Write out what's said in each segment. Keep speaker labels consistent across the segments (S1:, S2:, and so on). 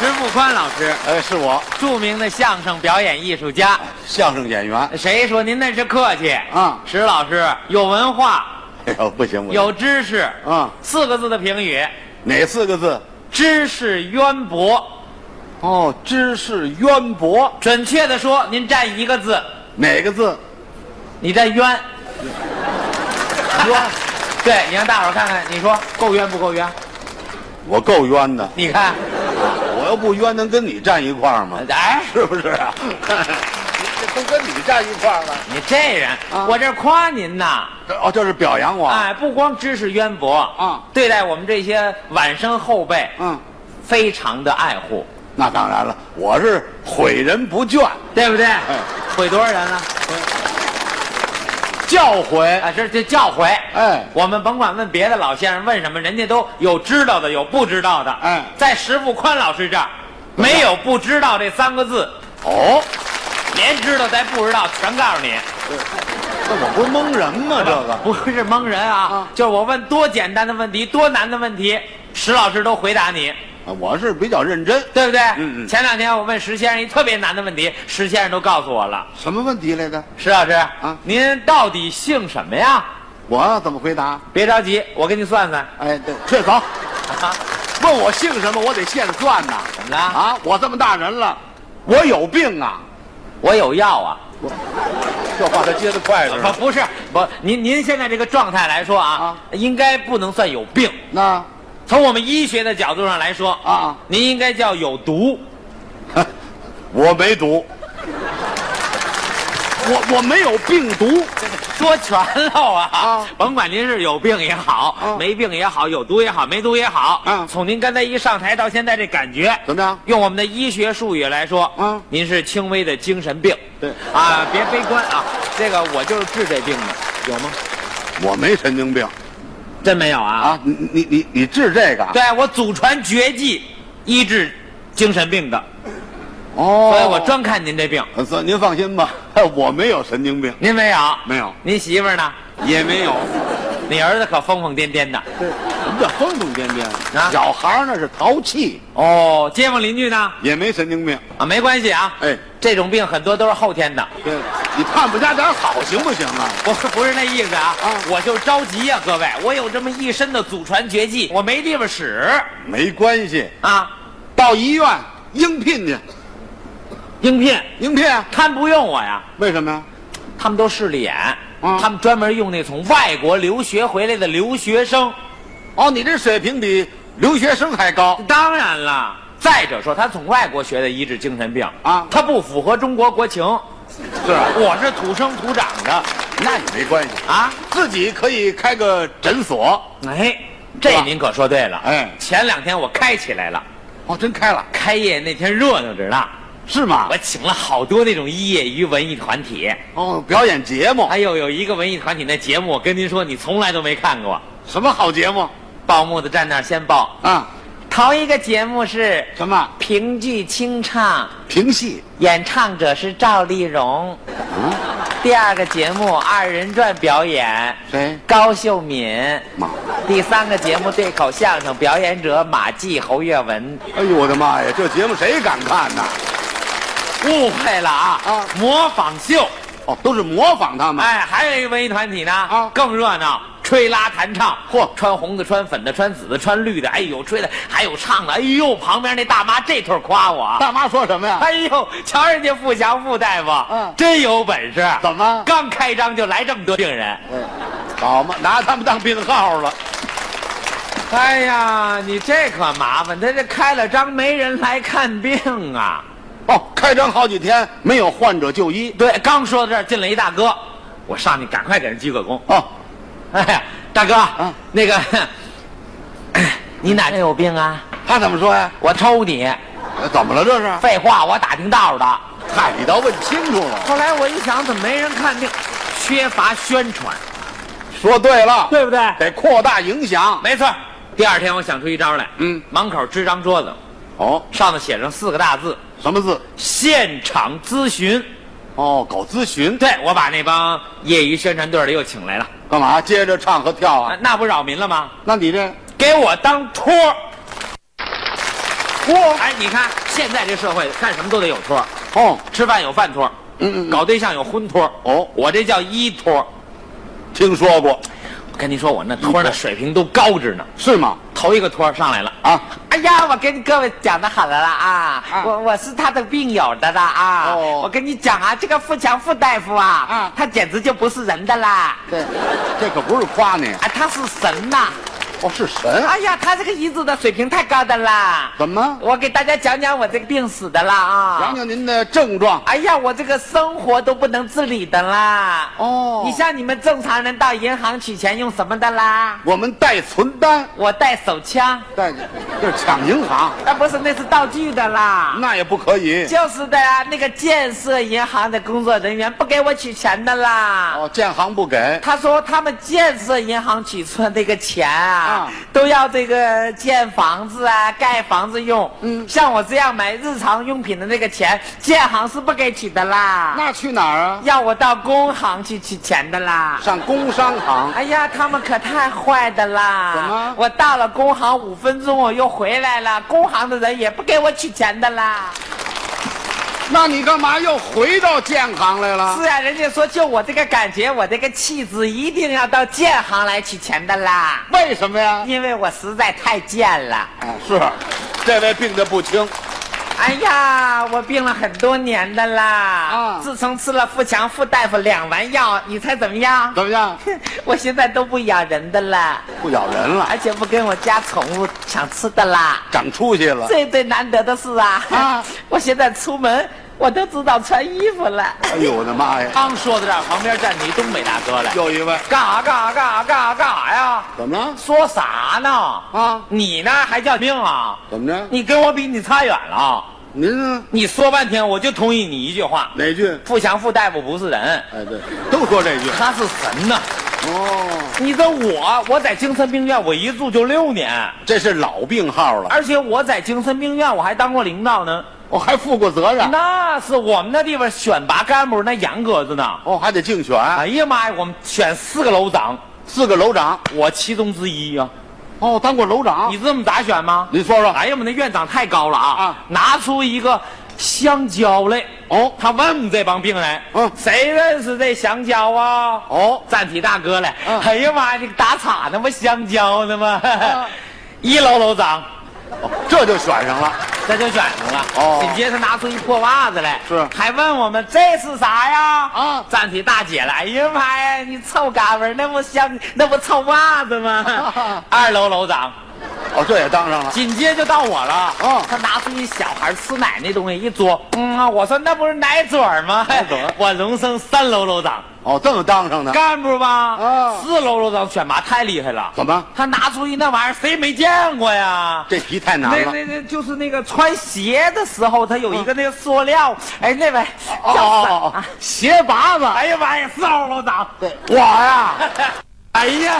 S1: 石富宽老师，
S2: 哎，是我，
S1: 著名的相声表演艺术家。
S2: 相声演员。
S1: 谁说您那是客气
S2: 嗯
S1: 石老师有文化，
S2: 哎呦，不行不行。
S1: 有知识。
S2: 嗯
S1: 四个字的评语：
S2: 哪四个字？
S1: 知识渊博。
S2: 哦，知识渊博。
S1: 准确的说，您占一个字，
S2: 哪个字？
S1: 你占冤。
S2: 冤。
S1: 对，你让大伙儿看看，你说够冤不够冤？
S2: 我够冤的，
S1: 你看，
S2: 我要不冤，能跟你站一块儿吗？
S1: 哎，
S2: 是不是啊？ 这都跟你站一块儿了。
S1: 你这人，
S2: 啊
S1: 我这夸您呐。
S2: 这哦，这是表扬我。
S1: 哎，不光知识渊博
S2: 嗯
S1: 对待我们这些晚生后辈，
S2: 嗯，
S1: 非常的爱护，
S2: 那当然了，我是毁人不倦，
S1: 对不对？
S2: 哎
S1: 毁多少人啊了？
S2: 教诲。
S1: 啊，这这教诲。
S2: 哎
S1: 我们甭管问别的老先生问什么，人家都有知道的，有不知道的。
S2: 哎
S1: 在石富宽老师这儿，没有不知道这三个字，
S2: 哦，
S1: 连知道带不知道全告诉你，
S2: 那我不是蒙人吗？这个
S1: 不是蒙人啊，
S2: 啊
S1: 就是我问多简单的问题，多难的问题，石老师都回答你。
S2: 啊我是比较认真。
S1: 对不对？
S2: 嗯嗯
S1: 前两天我问石先生一特别难的问题，石先生都告诉我了。
S2: 什么问题来着？
S1: 石老师，
S2: 啊
S1: 您到底姓什么呀？
S2: 我要怎么回答？
S1: 别着急，我给你算算。
S2: 哎，对，这走。
S1: 啊，
S2: 问我姓什么，我得现算呐。
S1: 怎么了？
S2: 啊，我这么大人了，我有病啊！
S1: 我有药啊。
S2: 这话他接的快
S1: 不，不是，不，您您现在这个状态来说啊，应该不能算有病。
S2: 那
S1: 从我们医学的角度上来说
S2: 啊
S1: 您应该叫有毒。
S2: 我没毒，我我没有病毒。
S1: 说全喽啊！
S2: 啊
S1: 甭管您是有病也好，
S2: 啊
S1: 没病也好，有毒也好，没毒也好，
S2: 啊
S1: 从您刚才一上台到现在这感觉，
S2: 怎么样
S1: 用我们的医学术语来说，
S2: 啊
S1: 您是轻微的精神病。
S2: 对
S1: 啊，别悲观啊，这个我就是治这病的，有吗？
S2: 我没神经病
S1: 真没有啊？
S2: 啊！你你你你治这个啊？
S1: 对我祖传绝技，医治精神病的，
S2: 哦
S1: 所以我专看您这病。
S2: 专。所以呃您放心吧，哎我没有神经病，
S1: 您没有？
S2: 没有
S1: 您媳妇儿呢？
S2: 也没有。
S1: 你儿子可疯疯癫癫的。
S2: 对，什么叫疯疯癫癫
S1: 啊
S2: 小孩儿那是淘气，
S1: 哦，街坊邻居呢？
S2: 也没神经病。
S1: 啊，没关系啊。
S2: 哎
S1: 这种病很多都是后天的，
S2: 对，你盼不加点好行不行啊？
S1: 不是不是那意思啊。
S2: 啊
S1: 我就着急呀、各位，我有这么一身的祖传绝技，我没地方使
S2: 没关系，
S1: 啊。
S2: 到医院应聘去，
S1: 应聘
S2: 应聘啊
S1: 他们不用我呀，
S2: 为什么呀？
S1: 他们都势利眼，
S2: 嗯
S1: 他们专门用那从外国留学回来的留学生。
S2: 哦，你这水平比留学生还高。
S1: 当然了，再者说，他从外国学的医治精神病
S2: 啊
S1: 他不符合中国国情。
S2: 是啊
S1: 我是土生土长的
S2: 那也没关系，
S1: 啊。
S2: 自己可以开个诊所。
S1: 哎，这您可说对了。
S2: 哎
S1: 前两天我开起来了，
S2: 哦，真开了，
S1: 开业那天热闹着呢，
S2: 是吗
S1: 我？请了好多那种业余文艺团体。
S2: 哦，表演节目，
S1: 哎呦，有一个文艺团体那节目，我跟您说，你从来都没看过。
S2: 什么好节目
S1: 报幕的站那儿先报，
S2: 啊？
S1: 头一个节目是
S2: 什么
S1: 评剧清唱，
S2: 评戏？
S1: 演唱者是赵丽蓉。
S2: 啊，
S1: 第二个节目二人转表演，
S2: 谁？
S1: 高秀敏。
S2: 妈！
S1: 第三个节目对口相声，表演者马季、侯月文。
S2: 哎呦我的妈呀，这节目谁敢看呐？
S1: 误会了啊！
S2: 啊
S1: 模仿秀。
S2: 哦，都是模仿他们。
S1: 哎，还有一个文艺团体呢，
S2: 啊
S1: 更热闹，吹拉弹唱，
S2: 嚯
S1: 穿红的，穿粉的，穿紫的，穿绿的，哎呦，吹的，还有唱的，哎呦，旁边那大妈这腿夸我啊，
S2: 大妈说什么呀？
S1: 哎呦，瞧人家傅祥傅大夫，
S2: 嗯
S1: 真有本事，
S2: 怎么
S1: 刚开张就来这么多病人？
S2: 好嘛，哎拿他们当病号了。
S1: 哎呀，你这可麻烦，他这开了张没人来看病啊。
S2: 哦，开张好几天没有患者就医。
S1: 对，刚说到这儿进来一大哥，我上去赶快给人鞠个躬，
S2: 哦，
S1: 哎呀，大哥，
S2: 啊
S1: 那 个，你哪天有病啊？
S2: 他怎么说呀？
S1: 我抽你！
S2: 哎怎么了这是？
S1: 废话，我打听道儿的。
S2: 嗨，你倒问清楚了。
S1: 后来我一想，怎么没人看病？缺乏宣传，
S2: 说对了，
S1: 对不对？
S2: 得扩大影响。
S1: 没错。第二天我想出一招来，
S2: 嗯
S1: 门口支张桌子，
S2: 哦，
S1: 上头写上四个大字
S2: 什么字？
S1: “现场咨询
S2: 哦，搞咨”询，
S1: 对。我把那帮业余宣传队的又请来了，
S2: 干嘛？接着唱和跳
S1: 啊
S2: 啊？
S1: 那不扰民了吗？
S2: 那你这
S1: 给我当托儿
S2: 托。
S1: 哎，你看现在这社会干什么都得有托儿，
S2: 哦，
S1: 吃饭有饭托儿，
S2: 嗯嗯嗯
S1: 搞对象有婚托儿。
S2: 哦
S1: 我这叫依托儿。
S2: 听说过，
S1: 我跟你说，我那托儿
S2: 依托
S1: 的水平都高着呢。
S2: 是吗？
S1: 头一个托儿上来了。
S2: 啊，
S1: 哎呀，我跟各位讲的好了啦啊，
S2: 啊
S1: 我我是他的病友的啦啊，
S2: 哦
S1: 我跟你讲啊，这个富强富大夫啊，
S2: 啊
S1: 他简直就不是人的啦，
S2: 这这可不是夸你，
S1: 啊，他是神呐、
S2: 哦，是神。
S1: 哎呀，他这个医治的水平太高的啦，
S2: 怎么？
S1: 我给大家讲讲我这个病史的啦
S2: 讲
S1: 啊，
S2: 讲您的症状。
S1: 哎呀，我这个生活都不能自理的啦，
S2: 哦
S1: 你像你们正常人到银行取钱用什么的啦？
S2: 我们带存单，
S1: 我带手枪，
S2: 带就是抢银行，
S1: 啊，不是，那是道具的啦。
S2: 那也不可以。
S1: 就是的呀、那个建设银行的工作人员不给我取钱的啦。
S2: 哦，建行不给。
S1: 他说他们建设银行取出的那个钱啊，
S2: 啊
S1: 都要这个建房子啊、盖房子用。
S2: 嗯
S1: 像我这样买日常用品的那个钱，建行是不给取的啦。
S2: 那去哪儿啊？
S1: 要我到工行去取钱的啦。
S2: 上工商行。
S1: 哎呀，他们可太坏的啦！
S2: 怎么
S1: 我到了工行五分钟，我又回来了，工行的人也不给我取钱的啦。
S2: 那你干嘛又回到建行来了？
S1: 是啊，人家说就我这个感觉，我这个气质，一定要到建行来取钱的啦，
S2: 为什么呀？
S1: 因为我实在太贱了。
S2: 哎，是，这位病得不轻。
S1: 哎呀，我病了很多年的啦，
S2: 啊
S1: 自从吃了富强富大夫两丸药，你猜怎么样？
S2: 怎么样？
S1: 我现在都不咬人的了，
S2: 不咬人了，
S1: 而且不跟我家宠物抢吃的啦。
S2: 长出息了。
S1: 最最难得的是啊，
S2: 啊
S1: 我现在出门我都知道穿衣服了。
S2: 哎呦我的妈呀！
S1: 刚说到这儿，旁边站起东北大哥来
S2: 又一位，
S1: 干啥干啥干啥干啥干啥呀？
S2: 怎么了？
S1: 说啥呢？
S2: 啊
S1: 你呢还叫命啊？
S2: 怎么着？
S1: 你跟我比，你差远了。
S2: 您呢？
S1: 你说半天，我就同意你一句话：
S2: 哪句？
S1: 富强富大夫不是人，
S2: 哎，对，都说这句。
S1: 他是神呐。
S2: 哦，
S1: 你这我，我在精神病院，我一住就六年，
S2: 这是老病号了，
S1: 而且我在精神病院我还当过领导呢。
S2: 我还负过责任，
S1: 那是我们那地方选拔干部那严格着呢。
S2: 哦，还得竞选
S1: 哎呀妈呀，我们选四个楼长，
S2: 四个楼长。
S1: 我其中之一呀、
S2: 哦，当过楼长。
S1: 你这么咋选吗？
S2: 您说说。
S1: 哎呀，我们那院长太高了啊！
S2: 啊
S1: 拿出一个香蕉来，
S2: 哦
S1: 他问我们这帮病人，
S2: 嗯
S1: 谁认识这香蕉啊？
S2: 哦，
S1: 站起大哥来，
S2: 嗯
S1: 哎呀妈呀，你打岔呢吗？香蕉呢吗？
S2: 嗯
S1: 一楼楼长，
S2: 哦这就选上了。
S1: 这就选上了。
S2: 哦
S1: 紧接着拿出一破袜子来，
S2: 是
S1: 还问我们这是啥呀？
S2: 啊
S1: 哦站起大姐来，哎呀妈呀，你臭嘎巴，那不香，那不臭袜子 吗？二楼楼长。
S2: 哦，这也当上了。
S1: 紧接着就到我了，
S2: 嗯
S1: 他拿出一小孩吃奶那东西一嘬，嗯啊，我说那不是奶嘴儿吗？
S2: 奶嘴儿
S1: 我荣升三楼楼长，
S2: 哦，这么当上的。
S1: 干部吧，
S2: 嗯
S1: 四楼楼长选拔太厉害了，
S2: 怎么？
S1: 他拿出一那玩意儿，谁没见过呀？
S2: 这题太难
S1: 那
S2: 了。
S1: 那那就是那个穿鞋的时候，他有一个那个塑料，哎，那位
S2: 嗯哦
S1: 叫什
S2: 哦
S1: 么
S2: 哦，鞋拔子。
S1: 哎呀妈呀，四楼楼长，
S2: 对，我呀，
S1: 哎呀，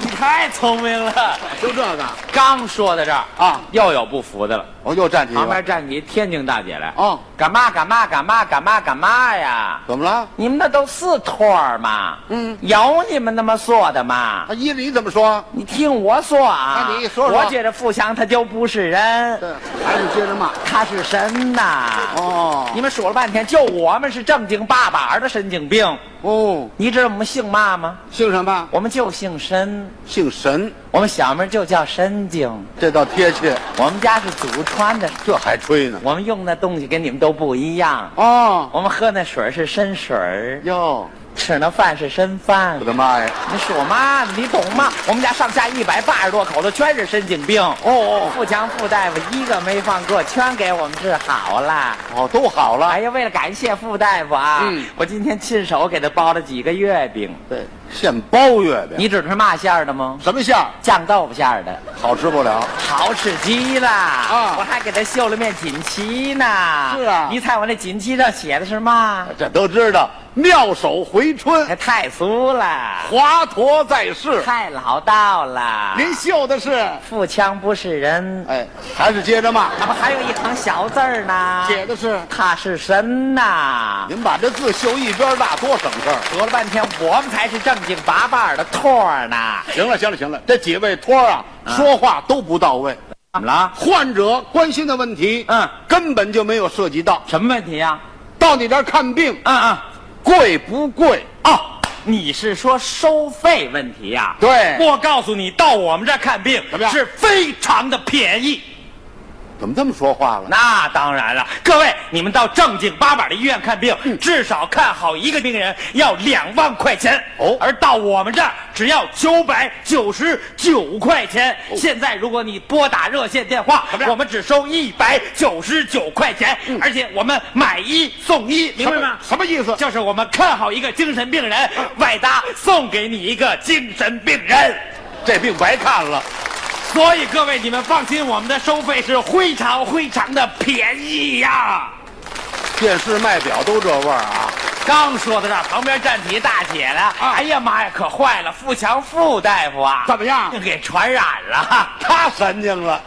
S1: 你太聪明了。
S2: 哦就这个。
S1: 刚说到这儿
S2: 啊
S1: 又有不服的了。
S2: 我又站起一
S1: 旁
S2: 位
S1: 边。站起天津大姐来，
S2: 哦，
S1: 干嘛干嘛干嘛干嘛干嘛呀？
S2: 怎么了？
S1: 你们那都是托儿吗？
S2: 嗯
S1: 有你们那么说的吗？
S2: 啊，依着你怎么说？
S1: 你听我说啊，
S2: 那你说说
S1: 我觉得富强他就不是人，
S2: 对，还是接着骂。
S1: 他是神呐。
S2: 哦
S1: 你们数了半天，就我们是正经八板的神经病。
S2: 哦，
S1: 你知道我们姓嘛吗？
S2: 姓什么？
S1: 我们就姓申，
S2: 姓神，
S1: 我们小名就叫申京。
S2: 这倒贴切，
S1: 我们家是祖传的，
S2: 这还吹呢。
S1: 我们用的东西跟你们都不一样。
S2: 哦，
S1: 我们喝那水儿是参水儿，
S2: 哟，
S1: 吃那饭是参饭
S2: 我。的妈呀！
S1: 你说嘛？你懂吗？我们家上下一百八十多口子全是神经病。
S2: 哦
S1: 富强富大夫一个没放过，全给我们治好了。
S2: 哦哦，都好了。
S1: 哎呀，为了感谢富大夫啊，
S2: 嗯
S1: 我今天亲手给他包了几个月饼。
S2: 对，现包月饼，
S1: 你准是嘛馅儿的吗？
S2: 什么馅儿？
S1: 酱豆腐馅儿的，
S2: 好吃不了。
S1: 好吃极了。
S2: 啊
S1: 我还给他绣了面锦旗呢。
S2: 是啊
S1: 你猜我那锦旗上写的是嘛？
S2: 这都知道。妙手回春，
S1: 那太俗了。
S2: 华佗在世。
S1: 太老道了，
S2: 您绣的是？
S1: 腹腔不是人，
S2: 哎，还是接着骂。
S1: 那不还有一行小字儿呢？
S2: 写的是？
S1: 他是神呐！
S2: 您把这字绣一边大，多省事儿。
S1: 说了半天，我们才是正经八百的托儿呢。嗯
S2: 行了，行了，行了，这几位托儿啊，说话都不到位。
S1: 怎么了？
S2: 患者关心的问题，
S1: 嗯
S2: 根本就没有涉及到。
S1: 什么问题呀、
S2: 到你这儿看病，
S1: 嗯嗯，
S2: 贵不贵？
S1: 哦，你是说收费问题呀、
S2: 对
S1: 我告诉你，到我们这儿看病
S2: 怎么样
S1: 是非常的便宜。
S2: 怎么这么说话了？
S1: 那当然了，各位，你们到正经八百的医院看病，
S2: 嗯
S1: 至少看好一个病人要两万块钱
S2: 哦
S1: 而到我们这儿只要九百九十九块钱。
S2: 哦
S1: 现在如果你拨打热线电话，我们只收一百九十九块钱，而且我们买一送一，明白吗？
S2: 嗯什么啊意思？
S1: 就是我们看好一个精神病人，外搭送给你一个精神病人。
S2: 这病白看了。
S1: 所以各位，你们放心，我们的收费是非常非常的便宜呀、
S2: 电视卖表都这味儿啊！
S1: 刚说到这儿，旁边站起一大姐来，哎呀妈呀，可坏了！富强富大夫啊，
S2: 怎么样
S1: 给传染了。
S2: 他神经了。